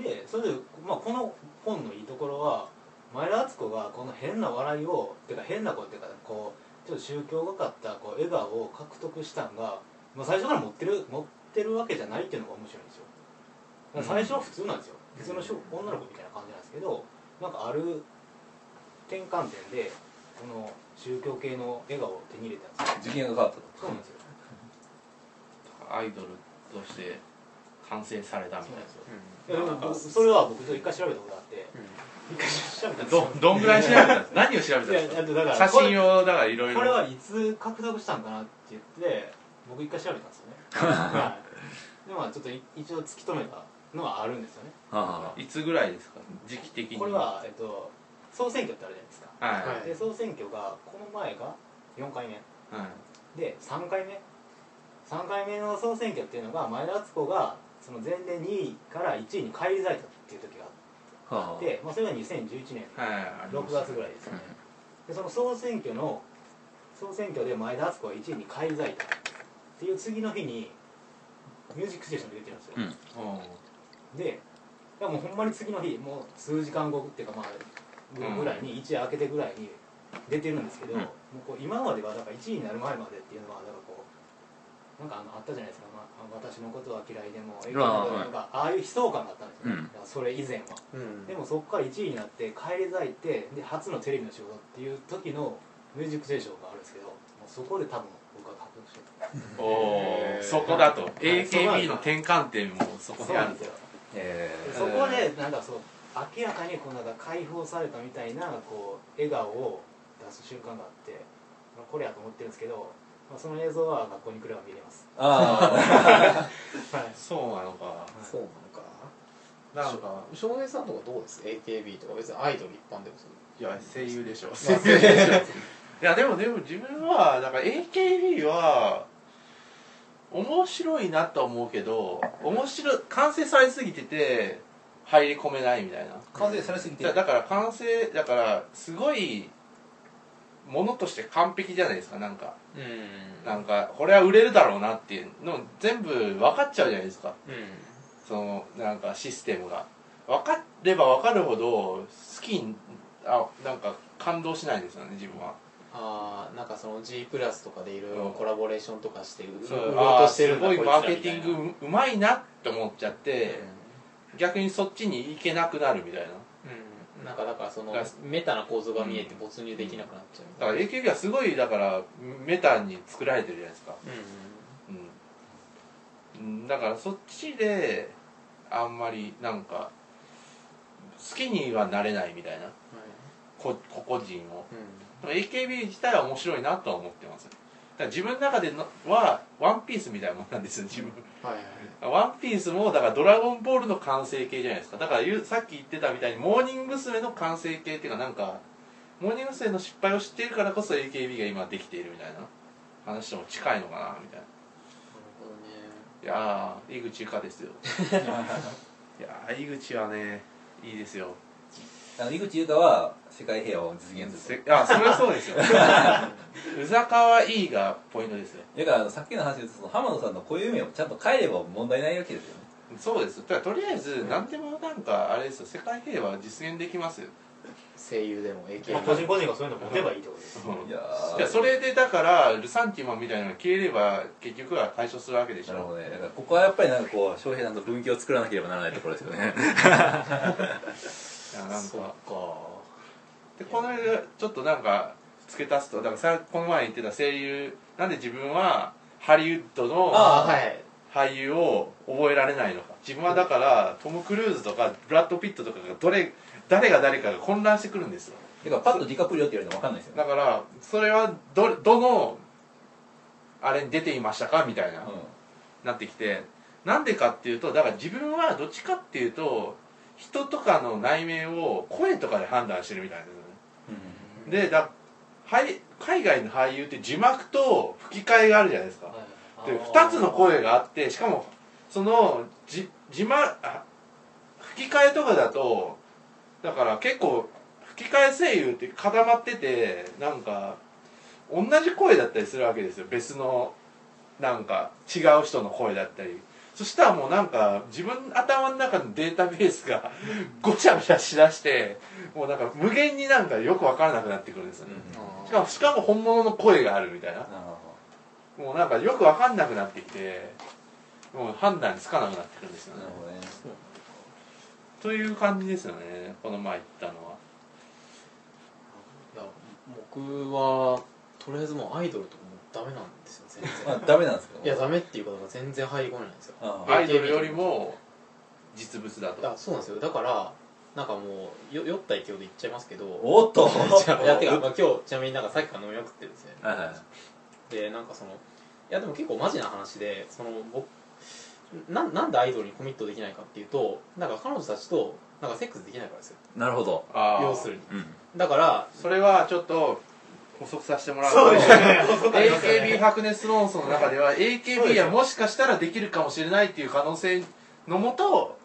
Speaker 2: う
Speaker 4: でそれで、まあ、この本のいいところは前田敦子がこの変な笑いをてか変な子っていうかこうちょっと宗教がかったこう笑顔を獲得したんが、まあ、最初から持ってる持ってるわけじゃないっていうのが面白いんですよだから最初は普通なんですよ、普通のしょ女の子みたいな感じなんですけどなんかある転換点でこの宗教系の笑顔を手に入れたんですよ
Speaker 1: 次元が変わったと
Speaker 4: そうなんですよ
Speaker 3: アイドルとして完成されたみ
Speaker 4: そうなんです
Speaker 2: ん
Speaker 4: よいやでも僕それは僕と一回調べたことあって
Speaker 2: うん
Speaker 4: 一回調
Speaker 3: たい
Speaker 4: べたんで
Speaker 3: な
Speaker 4: す
Speaker 3: ど
Speaker 4: よ
Speaker 3: どんぐらい調べたんですか何を調べたん
Speaker 4: い
Speaker 3: で
Speaker 4: や
Speaker 3: す
Speaker 4: だ
Speaker 3: か
Speaker 4: ってだから
Speaker 3: 写
Speaker 4: これ
Speaker 3: 真をだからいろいろ
Speaker 4: これはいつ獲得したんかなって言って僕一回調べたんです よね、はい、でもちょっとい一応突き止めたのはあるんですよね
Speaker 1: あ
Speaker 3: いつぐらいですか時期的に
Speaker 4: これは、えっと、総選挙ってあるじゃないですか、
Speaker 3: はい
Speaker 2: はい
Speaker 4: で総選挙がこの前が4回目
Speaker 3: はい
Speaker 4: で3回目3回目の総選挙っていうのが前田敦子がその前年2位から1位に返り咲いたっていう時があって、まあ、それが2011年
Speaker 3: はいありま
Speaker 4: 6
Speaker 3: した
Speaker 4: 月ぐらいですよね、でその総選挙の総選挙で前田敦子が1位に返り咲いたっていう次の日に「ミュージックステーション」で出てるんですよ、
Speaker 1: うん
Speaker 3: うん
Speaker 4: でいやもうほんまに次の日もう数時間後っていうかまあ
Speaker 3: うん
Speaker 4: ぐらいに一夜明けてぐらいに出てるんですけど、
Speaker 1: うん
Speaker 4: もうこう今まではだから1位になる前までっていうのはだからこうなんかあのあったじゃないですか、まあ、私のことは嫌いでもええとかああいう悲壮感だったんですよ、
Speaker 1: うん
Speaker 4: だからそれ以前は
Speaker 2: うん
Speaker 4: でもそこから1位になって返り咲いてで初のテレビの仕事っていう時のミュージックステーションがあるんですけどもうそこで多分僕は獲得してた
Speaker 3: お
Speaker 2: へー
Speaker 3: ーそこだと
Speaker 4: そうなん
Speaker 3: AKB の
Speaker 4: だ
Speaker 3: 転換点もそこ
Speaker 4: そう
Speaker 3: にあ
Speaker 4: なん
Speaker 3: る
Speaker 4: ですよ
Speaker 1: え
Speaker 4: でそこでなんかそう明らかにこうなんか解放されたみたいなこう笑顔を出す瞬間があって、まあこれやと思ってるんですけど、まあ、その映像は学校に来れば見れます、
Speaker 1: あ
Speaker 4: はい、
Speaker 3: そうなのか
Speaker 2: そうなのか
Speaker 3: なんか
Speaker 2: 照明さんとかどうです AKB とか別にアイドル一般でもそう
Speaker 3: いや声優でしょ
Speaker 2: まあ声優でしょ
Speaker 3: いやでもでも自分はなんか AKB は面白いなとは思うけど面白い完成されすぎてて入り込めないみたいな
Speaker 1: あ完成されすぎて
Speaker 3: だだから完成だからすごいものとして完璧じゃないですかなんか
Speaker 2: うん
Speaker 3: なんかこれは売れるだろうなっていうの全部分かっちゃうじゃないですか
Speaker 2: う
Speaker 3: そのなんかシステムが分かれば分かるほど好きにあなんか感動しないんですよね自分は
Speaker 2: あーなんかその G プラスとかでいろいろコラボレーションとかして売
Speaker 3: そ
Speaker 2: ろ
Speaker 3: う
Speaker 2: うとしてる
Speaker 3: あ
Speaker 2: ん
Speaker 3: ー
Speaker 2: だ
Speaker 3: すごい
Speaker 2: こつ
Speaker 3: マ
Speaker 2: ら
Speaker 3: ーケティ
Speaker 2: みたいな
Speaker 3: ングううまいなって思っちゃって、
Speaker 2: う
Speaker 3: 逆にそっちに行けなくなるみたいなん
Speaker 2: うんなんかだからその
Speaker 3: だから
Speaker 2: メタな構造が見えて没入できなくなっちゃうみたい
Speaker 3: だから AKB はすごいだからメタに作られてるじゃないですか
Speaker 2: な
Speaker 3: うんうんだからそっちであんまりなんか好きにはなれないみたいなこ個々人を
Speaker 2: うんはい
Speaker 3: でも AKB 自体は面白いなとは思ってますだから自分の中でのはワンピースみたいなもんなんですよ自分
Speaker 2: うんはいはい
Speaker 3: ワンピースもだから「ドラゴンボール」の完成形じゃないですかだからゆさっき言ってたみたいにモーニング娘。の完成形っていうかなんかモーニング娘。の失敗を知っているからこそ AKB が今できているみたいな話とも近いのかなみたい
Speaker 2: これね
Speaker 3: ないやー井口ゆかですよいやー井口はねいいですよ
Speaker 1: あの井口優香は世界平和を実現する
Speaker 3: せあそれはそうですよ宇坂はいいがポイントですよ
Speaker 1: とだからあのさっきの話ですと浜野さんの固有名をちゃんと変えれば問題ないわけですよね
Speaker 3: そうですだからとりあえず何でもなんかあれですよ世界平和は実現できますよ
Speaker 2: 声優でも
Speaker 4: まあ個
Speaker 2: AKB
Speaker 4: 人個人がそういうの持てばいいってことです、
Speaker 1: いやー
Speaker 3: いやそれでだからルサンティマンみたいなのが消えれば結局は解消するわけでし
Speaker 1: なるほ
Speaker 3: ょ
Speaker 1: どねだからここはやっぱりなんかこう翔平さんの分岐を作らなければならないところですよね
Speaker 3: いやなん
Speaker 2: そっ
Speaker 3: か
Speaker 2: か
Speaker 3: でこの間ちょっとなんか付け足すとだからさこの前言ってた声優なんで自分はハリウッドの
Speaker 2: ああはい
Speaker 3: 俳優を覚えられないのか自分はだからトム・クルーズとかブラッド・ピットとかがどれ誰が誰かが混乱してくるんですよ
Speaker 1: てかパッとディカプリオって言われても分かんないですよね
Speaker 3: だからそれはどどのあれに出ていましたかみたいな、なってきてなんでかっていうとだから自分はどっちかっていうと人とかの内面を声とかで判断してるみたいなんですよ
Speaker 1: う
Speaker 3: ねでだはい海外の俳優って字幕と吹き替えがあるじゃないですか
Speaker 4: はい
Speaker 3: で
Speaker 4: あの
Speaker 3: 2つの声があってしかもそのじ字幕あ吹き替えとかだとだから結構吹き替え声優って固まっててなんか同じ声だったりするわけですよ別のなんか違う人の声だったりそしたらもうなんか自分の頭の中のデータベースがごちゃごちゃしだしてもうなんか無限になんかよく分からなくなってくるんですよね
Speaker 1: んうん
Speaker 3: しかもしかも本物の声があるみたいな
Speaker 1: なるほ
Speaker 3: もうなんかよく分かんなくなってきてもう判断つかなくなってくるんですよ
Speaker 1: ど
Speaker 3: ね
Speaker 1: なるほどね
Speaker 3: という感じですよねこの前言ったのは、
Speaker 2: いや僕はとりあえずもうアイドルとかもうダメなんですよ全
Speaker 1: まあ
Speaker 2: 然
Speaker 1: ダメなんですけど
Speaker 2: いやダメっていうことが全然入り込めないんですよ
Speaker 1: あ
Speaker 2: あ
Speaker 1: あ
Speaker 3: アイドルよりも実物だと
Speaker 2: だそうなんですよだからなんかもうよ酔った勢いで言っちゃいますけど
Speaker 1: おっと
Speaker 2: じ ゃあいやてか、まあ、今日ちなみになんかさっきから飲みまくってるんですね
Speaker 1: はいはいはい
Speaker 2: でなんかそのいやでも結構マジな話でその僕ななんでアイドルにコミットできないかっていうとなんか彼女たちとなんかセックスできないからですよ
Speaker 1: なるほど
Speaker 3: あ
Speaker 2: 要するに
Speaker 1: うん
Speaker 2: だから
Speaker 3: それはちょっと補足させてもらうと
Speaker 4: そうで すよね細かいですよね
Speaker 3: AKB 白熱論争の中では
Speaker 4: そうで
Speaker 3: AKB
Speaker 4: す
Speaker 3: は
Speaker 4: よ
Speaker 3: もしかしたらできるかもしれないっていう可能性のもと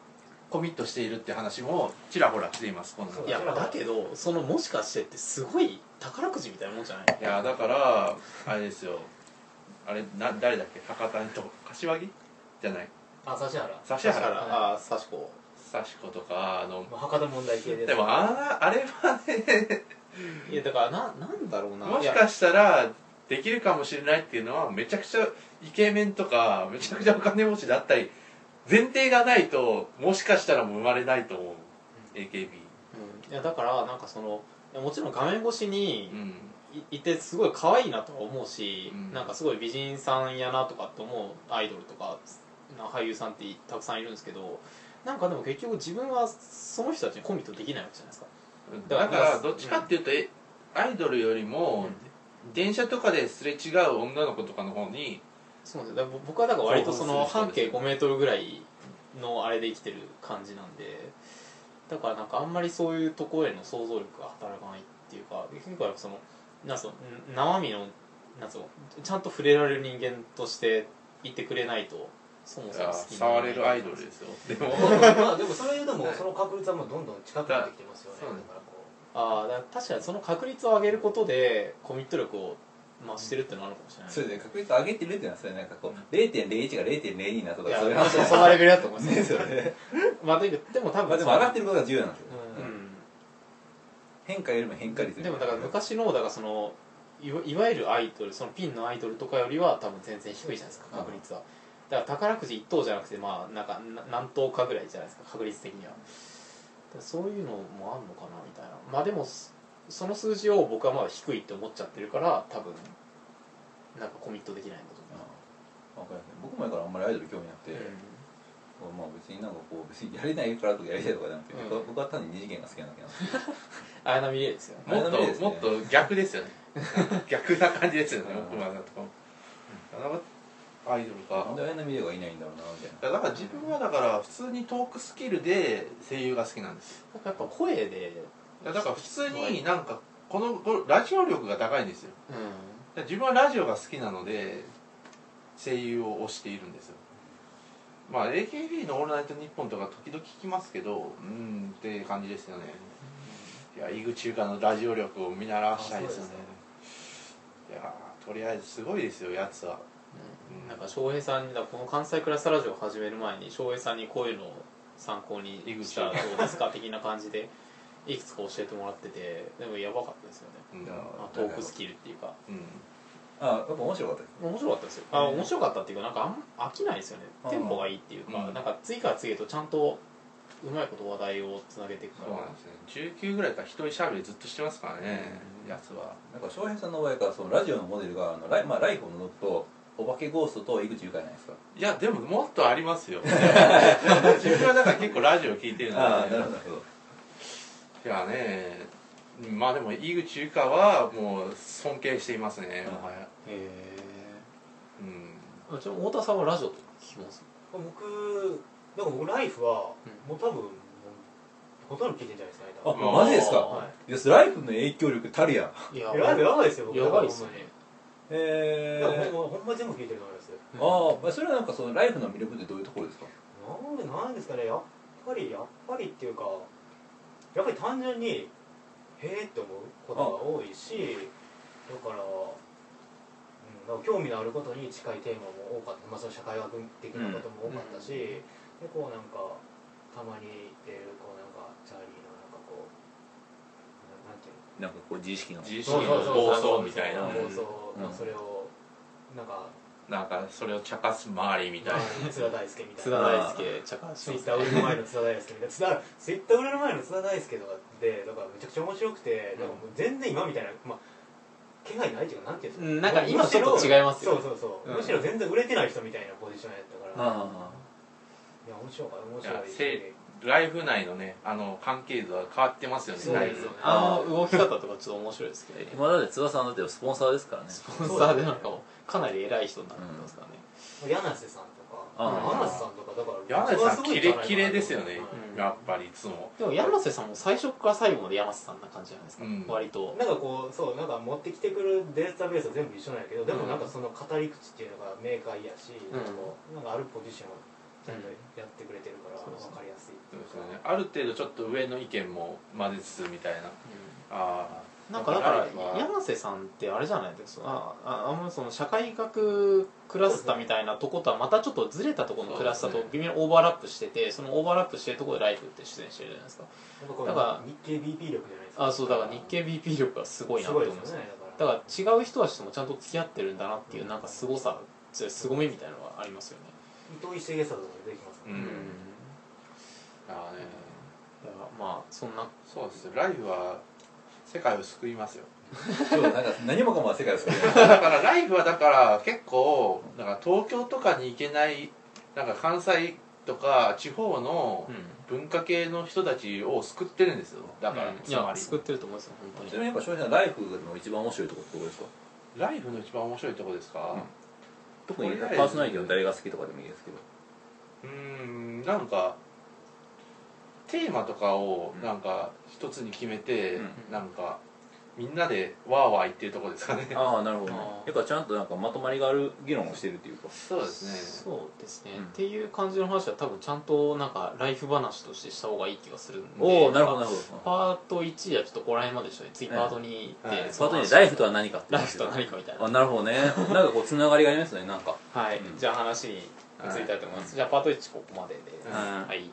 Speaker 3: コミットしているって話もちらほらしていますこの中
Speaker 2: いやだけどそのもしかしてってすごい宝くじみたいなもんじゃない
Speaker 3: いやだからあれですよあれな誰だっけ博多にと柏木じゃない
Speaker 4: あ指原
Speaker 3: 指
Speaker 2: だか
Speaker 3: 原
Speaker 2: らあー幸子
Speaker 3: 幸子とかあの
Speaker 4: まあ博多問題系です
Speaker 3: でもああれは ね
Speaker 2: いやだからななんだろうな
Speaker 3: も
Speaker 2: い
Speaker 3: し
Speaker 2: や
Speaker 3: かしたらできるかもしれないっていうのはめちゃくちゃイケメンとかめちゃくちゃお金持ちだったり前提がないともしかしたらもう生まれないと思う
Speaker 2: う
Speaker 3: AKB
Speaker 2: んいやだからなんかそのいやもちろん画面越しに
Speaker 3: うん
Speaker 2: いいてすごい可愛いなとは思うし、
Speaker 3: うん
Speaker 2: なんかすごい美人さんやなとかって思うアイドルとかな俳優さんってたくさんいるんですけどなんかでも結局自分はその人たちにコミットできないわけじゃないですかだから
Speaker 3: だからどっちかっていうと、えアイドルよりも、電車とかですれ違う女の子とかの方に
Speaker 2: そうなんですよだから僕はだから割とその
Speaker 3: そうそう
Speaker 2: 半
Speaker 3: そう
Speaker 2: 径5メートルぐらいのあれで生きてる感じなんでだからなんかあんまりそういうところへの想像力が働かないっていうか結構やっぱそのなんすかん生身のなんすかちゃんと触れられる人間としていてくれないとそもそも好きになら
Speaker 3: 触
Speaker 2: ない
Speaker 3: れるアイドルですよでも
Speaker 4: まあでもそれでも
Speaker 3: はい
Speaker 4: その確率はもうどんどん近くなってきてますよね
Speaker 3: だそう
Speaker 4: だからこ
Speaker 2: ああだから確かにその確率を上げることでコミット力を増してるってのはあるかもしれない
Speaker 1: そうですね確率上げてるっていうのはそれなんかこう0.01が0.02になったと
Speaker 2: い
Speaker 1: か
Speaker 2: や
Speaker 1: そういう
Speaker 2: まあ
Speaker 1: 話
Speaker 2: そのレベルだと思います
Speaker 1: ですよ ね
Speaker 2: まあでもでも多
Speaker 1: まあ
Speaker 2: 分
Speaker 1: でも上がってることが重要なんですよ
Speaker 4: う
Speaker 2: う
Speaker 4: うん
Speaker 2: ん
Speaker 1: 変化よりも変化率
Speaker 2: でもだから昔のだからそのいわいわゆるアイドルそのピンのアイドルとかよりは多分全然低いじゃないですか確率は、だから宝くじ1等じゃなくてまあなんかな何等かぐらいじゃないですか確率的にはだからそういうのもあるのかなみたいなまあでもそその数字を僕はまだ低いって思っちゃってるから多分なんかコミットできないんだと
Speaker 1: ああわ
Speaker 2: 思う
Speaker 1: かりません僕もだからあんまりアイドル興味なくて、まあ別になんかこう別にやれないからとかやりたいとかじゃなくて、
Speaker 2: うん
Speaker 1: 僕は僕は単に二次元が好きなだけなんです
Speaker 2: 綾波レイですよね
Speaker 3: もっ
Speaker 1: あれダメで
Speaker 3: と
Speaker 1: すね
Speaker 3: もっと逆ですよね逆な感じですよね
Speaker 1: うん
Speaker 3: 僕はなんとかアイドルか
Speaker 1: なんで綾波レイがいないんだろうなみたい
Speaker 3: いやだから自分はだから普通にトークスキルで声優が好きなんですよ
Speaker 2: なんかやっぱ声で
Speaker 3: いやだから普通になんかこのごラジオ力が高いんですよ
Speaker 2: うん
Speaker 3: いや自分はラジオが好きなので声優を推しているんですよまあ AKB の「オールナイトニッポン」とか時々聞きますけどうーんって感じですよねいや井口優香のラジオ力を見習わしたいですよねい
Speaker 4: あそう
Speaker 3: やーとりあえずすごいですよやつは
Speaker 2: うんなんか翔平さんにだからこの関西クラスラジオを始める前に翔平さんにこういうのを参考にしたらどうですか的な感じ でいくつか教えてもらっててでもやばかったですよね
Speaker 3: うん
Speaker 1: な、
Speaker 2: あトークスキルっていうか
Speaker 3: うん
Speaker 1: あやっぱ面白かったです
Speaker 2: 面白かったですよあ面白かったっていうかなんかあんま飽きないですよね
Speaker 1: うん
Speaker 2: テンポがいいっていうか、
Speaker 3: うん
Speaker 2: なんか次から次へとちゃんとうまいこと話題をつなげていくか
Speaker 3: そう
Speaker 2: ら
Speaker 3: なんですね19ぐらいから一人しゃべりずっとしてますからね、
Speaker 2: うん
Speaker 3: やつは
Speaker 1: なんか翔平さんの場合からそのラジオのモデルがあのライ,、まあ、ライフを除くとお化けゴーストと井口ゆかじゃないですか
Speaker 3: いやでももっとありますよ自分はだから結構ラジオ聞いてるので
Speaker 1: ほど
Speaker 3: いやねまあでも井口由香はもう尊敬していますね
Speaker 1: うん
Speaker 3: もはや
Speaker 2: へ
Speaker 3: うん
Speaker 2: えちょ太田さんはラジオとか聞きます
Speaker 4: 僕なんか僕ライフはもう多分もうほとんど聞いてんじゃないですかね多
Speaker 1: あ
Speaker 4: 分
Speaker 1: マジですか
Speaker 4: はい
Speaker 1: やライフの影響力たるやん
Speaker 2: いや
Speaker 4: いやライフやばいですよ僕
Speaker 2: やばいっすね
Speaker 1: へ
Speaker 4: だからほんまほんま全部聞いてると思います
Speaker 1: ああまあそれはなんかそのライフの魅力ってどういうところですか
Speaker 4: なんでなんですかねやっぱりやっぱりっていうかやっぱり単純にへえって思うことが多いしだから,、うん、なんか興味のあることに近いテーマも多かった、まあ、その社会学的なことも多かったし、
Speaker 2: うん
Speaker 4: でこうなんかたまに出るこうなんかチャーリーのなんかこうななんていう
Speaker 1: な
Speaker 4: の
Speaker 1: んかこう自意識の
Speaker 3: 自
Speaker 1: 意
Speaker 3: 意識の暴走みたいな
Speaker 4: 暴走、
Speaker 1: うん
Speaker 4: まあ、それをなんか
Speaker 3: なんかそれを茶化す周りみたいな
Speaker 4: 津田大介みた
Speaker 2: 津
Speaker 4: いな
Speaker 2: 田大輔茶化し
Speaker 4: ツ
Speaker 2: ま
Speaker 4: イッ
Speaker 2: す
Speaker 4: ター売れる前の津田大輔みたいな津田 ツイッター売れる前の津田大輔とかでだからめちゃくちゃ面白くて、
Speaker 2: うん
Speaker 4: なんかもう全然今みたいな、まあ、気配ないっていうかなんていうんです
Speaker 2: う
Speaker 4: か、
Speaker 2: んなんか今ちょっと違いますよ
Speaker 4: そうそうそう、
Speaker 2: うん
Speaker 4: むしろ全然売れてない人みたいなポジションやったから、い
Speaker 1: あ
Speaker 4: や面白い面
Speaker 3: いや
Speaker 4: 白い
Speaker 3: せいライフ内のねあの関係図は変わってますよね
Speaker 4: そう
Speaker 3: だい
Speaker 4: で
Speaker 3: ぶ
Speaker 4: すよね
Speaker 2: あの動き方とかちょっと面白いですけどね
Speaker 1: 今だって津田さんだってスポンサーですからね
Speaker 2: スポンサーでなんかもうかなり偉い人になってますからね
Speaker 4: 柳瀬さんとか
Speaker 1: あ
Speaker 2: ー
Speaker 4: 柳瀬さんとかだか
Speaker 3: 柳瀬さ
Speaker 4: ら
Speaker 3: ん
Speaker 4: それはご
Speaker 3: キ
Speaker 4: いんじゃ
Speaker 3: レ
Speaker 4: ないかな
Speaker 3: キレですよね、
Speaker 2: うん
Speaker 3: やっぱりいつも
Speaker 2: でも山瀬さんも最初から最後まで山瀬さんな感じじゃないですか、
Speaker 3: うん
Speaker 2: 割と
Speaker 4: なんかこうそうなんか持ってきてくるデータベースは全部一緒なんやけどで
Speaker 2: う
Speaker 4: も
Speaker 2: ん
Speaker 4: なんかその語り口っていうのが明快やし、
Speaker 2: うん
Speaker 4: なんかあるポジションをちゃんとやってくれてるから
Speaker 2: そうそう
Speaker 4: 分かりやすい
Speaker 3: そうですよねある程度ちょっと上の意見も混ぜつつみたいなああ
Speaker 2: なんかだから
Speaker 3: まあ
Speaker 2: 山瀬さんってあれじゃないですかあああんまりその社会学クラスターみたいなとことはまたちょっとずれたところのクラスターと微妙にオーバーラップしててそのオーバーラップしてるところでライブって出演してるじゃないですか
Speaker 4: なんかこれ
Speaker 2: だから
Speaker 4: 日経 BP 力じゃないですか
Speaker 2: あそうだから日経 BP 力がすごいな
Speaker 4: す
Speaker 2: と思
Speaker 4: ごい
Speaker 2: い
Speaker 4: です
Speaker 2: ま
Speaker 4: よ
Speaker 2: す
Speaker 4: ね
Speaker 2: だ
Speaker 4: だ
Speaker 2: か
Speaker 4: から
Speaker 2: ら違う人たちともちゃんと付き合ってるんだなっていうなんかすごさそれ凄みみたいなのがありますよね
Speaker 4: 伊藤一成さとか出てきます
Speaker 3: う
Speaker 4: ね、
Speaker 3: ん
Speaker 2: うん
Speaker 3: ああね
Speaker 2: だからまあそんな
Speaker 3: そうですよライブは世界を救いますよ
Speaker 1: そうなんか何もかも世界ですよね
Speaker 3: だからライブはだから結構なんか東京とかに行けないなんか関西とか地方の
Speaker 2: うん
Speaker 3: 文化系の人たちを救ってるんですよだから、
Speaker 2: うんい
Speaker 3: つま
Speaker 2: や
Speaker 3: り
Speaker 2: 救ってると思うんですよ本
Speaker 1: ちな
Speaker 2: 当に
Speaker 1: みにやっぱ翔平さんライフの一番面白いとこってどこですか
Speaker 3: ライフの一番面白いとこですか
Speaker 1: 特にパーソナリティの誰が好きとかでもいいですけど
Speaker 3: うーんなんかテーマとかを
Speaker 1: うん
Speaker 3: なんか一つに決めて、
Speaker 1: うん
Speaker 3: なんかみんなでワーワー言ってるとこですかね
Speaker 1: ああなるほどね
Speaker 2: あー
Speaker 1: やっぱちゃんとなんかまとまりがある議論をしてるっていうか
Speaker 3: そうですね
Speaker 2: そうですね、
Speaker 1: うん
Speaker 2: っていう感じの話は多分ちゃんとなんかライフ話としてした方がいい気がするんで
Speaker 1: おおなるほどなるほど
Speaker 2: パート1はちょっとここら辺まででしたね次パート2行って、
Speaker 3: はい
Speaker 2: そ
Speaker 1: パート
Speaker 2: の話
Speaker 1: にライフとは何かっていう
Speaker 2: ライフとは何かみたいな
Speaker 1: あなるほどねなんかこうつながりがありますねなんか
Speaker 2: はい、
Speaker 1: うん
Speaker 2: じゃあ話に移りたいと思います、じゃあパート1ここまでで、
Speaker 1: はい
Speaker 2: はい